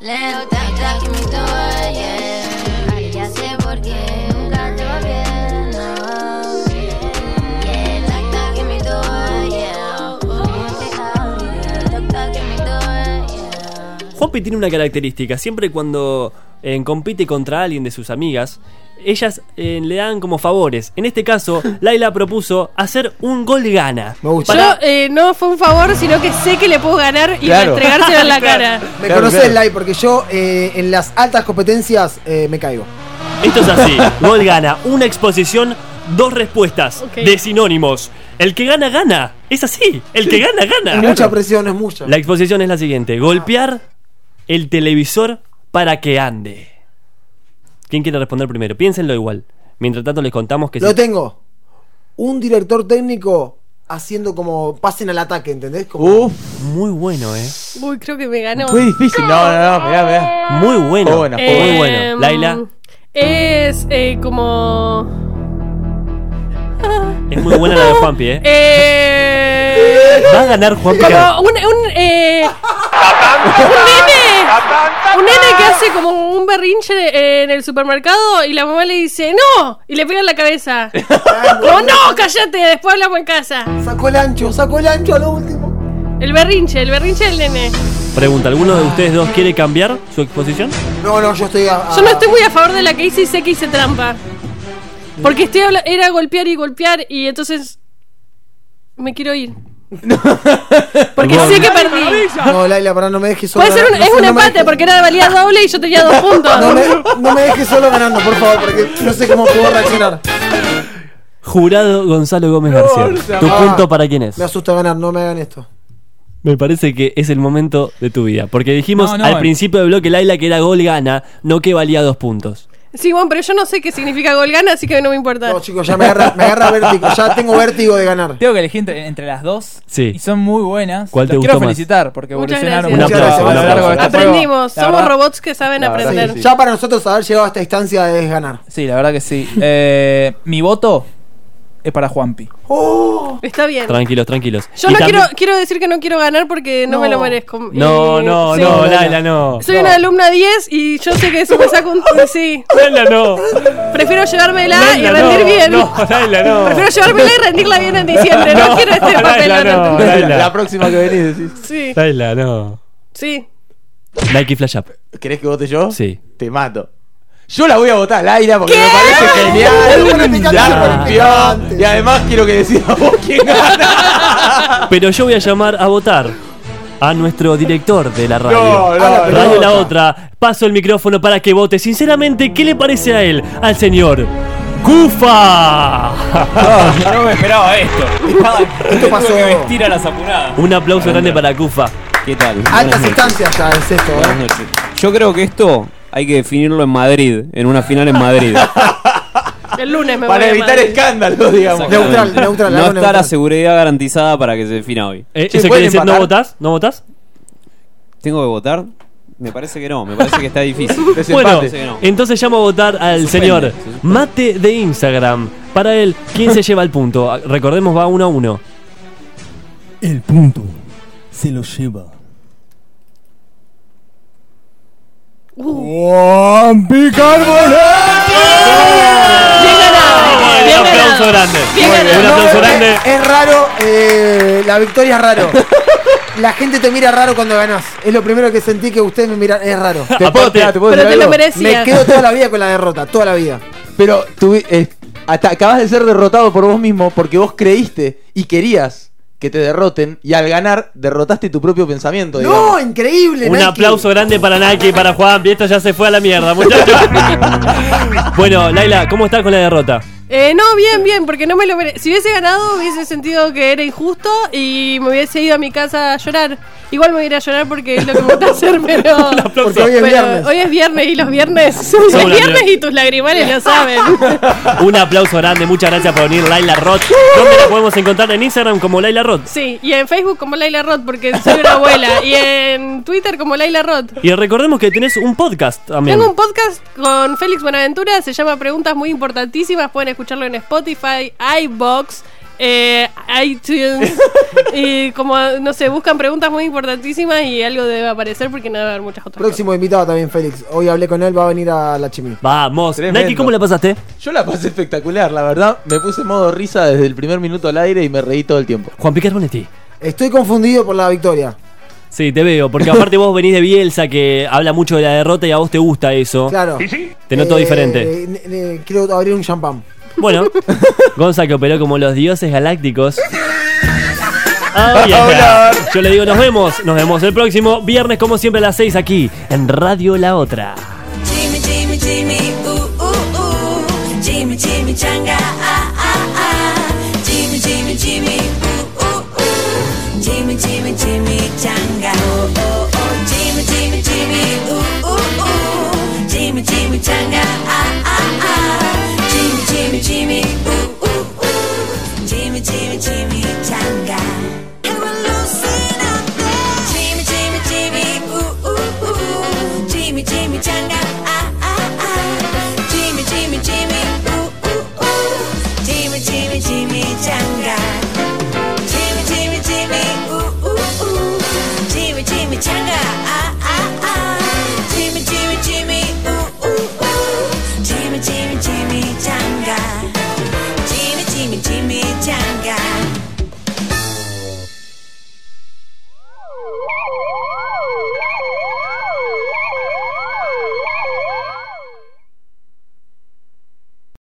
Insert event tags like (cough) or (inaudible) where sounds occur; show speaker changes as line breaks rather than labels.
Leo, tac, tac, mi toalla. Yeah. Ya sé por qué nunca te va bien, no. Yeah, tac, tac, en mi toalla. Oh, tac, tac, en mi toalla.
Juanpi tiene una característica, siempre cuando eh, compite contra alguien de sus amigas, ellas eh, le dan como favores. En este
(laughs)
caso, Laila propuso hacer un gol gana.
Me gusta.
Para-
Yo eh, no fue un favor, sino que sé que le puedo ganar y
Claro.
entregárselo en la cara.
Me
Claro,
conoces,
claro.
Lai, porque yo eh, en las altas competencias eh, me caigo.
Esto es así. Gol gana. Una exposición, dos respuestas
Ok.
de sinónimos. El que gana, gana. Es así. El que gana, gana.
Mucha presión es mucha.
La exposición es la siguiente. Golpear el televisor para que ande. ¿Quién quiere responder primero? Piénsenlo igual. Mientras tanto les contamos que...
Lo
si-
tengo. Un director técnico haciendo como pasen al ataque, ¿entendés? Como (laughs)
Uf,
Muy bueno, ¿eh?
Uy, creo que me ganó.
muy difícil. No, no, no, mirá, mirá.
Muy bueno.
Fue buena, fue
Muy
Em,
bueno. Laila,
Es eh, como.
es muy buena la de Juanpi, ¿eh?
Eh,
Va a ganar Juanpi.
como un. un eh, un nene. Un nene que hace como un berrinche en el supermercado y la mamá le dice ¡No! Y le pega en la cabeza. Como, ¡No! ¡Cállate! Después hablamos en casa.
sacó el ancho, sacó el ancho a lo último.
El berrinche, el berrinche del nene.
Pregunta, ¿alguno de ustedes dos quiere cambiar su exposición?
No, no, yo estoy a, a-
Yo no estoy muy a favor de la que hice y sé que hice trampa. Porque estoy habla- era golpear y golpear y entonces me quiero ir. Porque
Gol.
sé que perdí.
No, Laila, pará, no me dejes solo.
Puede ser un,
ganando.
es
No
un
sé, no me
empate
dejes-
porque era de valía doble y yo tenía dos puntos.
No me, no me dejes solo ganando, por favor, porque no sé cómo puedo reaccionar.
Jurado Gonzalo Gómez García. ¿Tu
Ah.
punto para quién es?
Me asusta ganar, no me hagan esto.
Me parece que es el momento de tu vida. Porque dijimos
No, no,
al
eh.
principio del bloque Laila que era gol gana, no que valía dos puntos.
Sí, bueno, pero yo no sé qué significa gol gana, así que no me importa.
No, chicos, ya me agarra, me agarra vértigo, ya tengo vértigo de ganar.
Tengo que elegir entre, entre las dos.
Sí.
Y son muy buenas.
¿Cuál te
Los
gustó
quiero
más?
felicitar porque
Muchas
evolucionaron
gracias.
Un aplauso,
a lo
un
largo
aplauso.
de este juego.
Aprendimos,
La
somos
verdad-
robots que saben
la verdad
aprender.
que sí.
Ya para nosotros haber llegado a esta instancia es ganar.
Sí, la verdad que sí. Eh, mi voto es para Juanpi.
Está bien.
Tranquilos, tranquilos.
Yo
Y
no
también-
quiero, quiero decir que no quiero ganar porque no,
No.
me lo merezco.
No,
Y-
no,
sí.
no, Laila no.
Soy una alumna 10 y yo sé que si me saco un... Sí,
Laila
(laughs)
no.
prefiero llevármela y
Laila
rendir
no.
bien.
No, Laila no.
Prefiero llevármela y rendirla bien en diciembre. No, quiero este
Laila,
papelón.
no. Dale, dale.
La próxima que venís decís,
Sí,
Laila no.
sí.
Nike Flash Up.
¿querés que vote yo?
Sí.
Te mato. Yo la voy a votar al aire porque me parece genial.
Planificante,
La
planificante.
rompió. Y además quiero que decida vos quién gana.
Pero yo voy a llamar a votar a nuestro director de la radio.
No, no,
Ah, la
Radio
pelota.
La Otra, paso el micrófono para que vote. Sinceramente, ¿qué le parece a él? Al señor Cufa.
No, no me esperaba esto. Estaba, esto
pasó.
que vestir a las apuradas.
Un aplauso grande para Cufa.
¿Qué tal?
Altas instancias ya es esto,
Buenas
¿eh?
noches. Yo creo que esto hay que definirlo en Madrid, en una final en Madrid.
El lunes me
Para
voy a
evitar
Madrid.
escándalos, digamos.
Exacto. (laughs) Neutral, neutral,
No
algo
está la
neutral.
seguridad garantizada para que se defina hoy.
Eh,
Che,
¿Eso quiere
¿pueden
decir no
empatar?
votás? ¿No votás?
¿Tengo que votar? Me parece que no, me parece que está difícil.
Bueno,
Desempate.
Sí, no.
entonces llamo a votar al
Suspende,
señor
se suspende.
Mate de Instagram. Para él, ¿quién se lleva el punto? Ah, Recordemos, va uno a uno.
El punto se lo lleva.
Uh.
¡Juanpi
Bien ganado. Bien
Un aplauso
ganado.
grande.
Bien ganado.
Un aplauso grande.
Es, es raro, eh, la victoria es raro. La gente te mira raro cuando ganás. Es lo primero que sentí que ustedes me miran, es raro.
¿Te puedo,
Aparte-
esperá, ¿te puedo
Pero te
decir
lo
algo?
Me
merecías.
quedo toda la vida con la derrota, toda la vida.
Pero tú eh, hasta acabas de ser derrotado por vos mismo porque vos creíste y querías que te derroten y al ganar derrotaste tu propio pensamiento.
No,
digamos.
increíble.
Un
Nike.
aplauso grande para Nike y para Juan. Esto ya se fue a la mierda, muchachos. bueno, Laila, ¿cómo estás con la derrota?
Eh, no, bien, bien, porque no me lo mere- Si hubiese ganado, hubiese sentido que era injusto y me hubiese ido a mi casa a llorar. Igual me voy a ir a llorar porque es lo que me gusta hacer,
(laughs)
pero.
Porque hoy es
pero
viernes.
hoy es viernes y los viernes. (laughs) Es
una
viernes
mierda.
y tus lagrimales lo
(laughs)
saben.
Un aplauso grande, muchas gracias por venir, Laila Roth. ¿Dónde la podemos encontrar en Instagram como Laila Roth?
Sí, y en Facebook como Laila Roth, porque soy una abuela. Y en Twitter como Laila Roth.
Y recordemos que tenés un podcast también.
Tengo un podcast con Félix Buenaventura, se llama Preguntas Muy Importantísimas. Pueden escucharlo en Spotify, iBox, eh, iTunes y como, no sé, buscan preguntas muy importantísimas y algo debe aparecer porque no debe haber muchas otras.
Próximo invitado también, Félix. Hoy hablé con él, va a venir a la chimí.
Vamos.
Tremendo.
Nike, ¿cómo la pasaste?
Yo la pasé espectacular, la verdad. Me puse en modo risa desde el primer minuto al aire y me reí todo el tiempo.
Juan Piquet Bonetti.
Estoy confundido por la victoria.
Sí, te veo, porque aparte vos venís de Bielsa que habla mucho de la derrota y a vos te gusta eso.
Claro.
Te noto
Eh,
diferente.
ne- ne- quiero abrir un champán.
Bueno, Gonza que operó como los dioses galácticos. Ahí está. Yo le digo, nos vemos. Nos vemos el próximo viernes, como siempre, a las 6 aquí en Radio La Otra.
Jimmy, Jimmy, Jimmy, ooh, ooh, ooh. Jimmy, Jimmy, Changa, ah. oh, ah,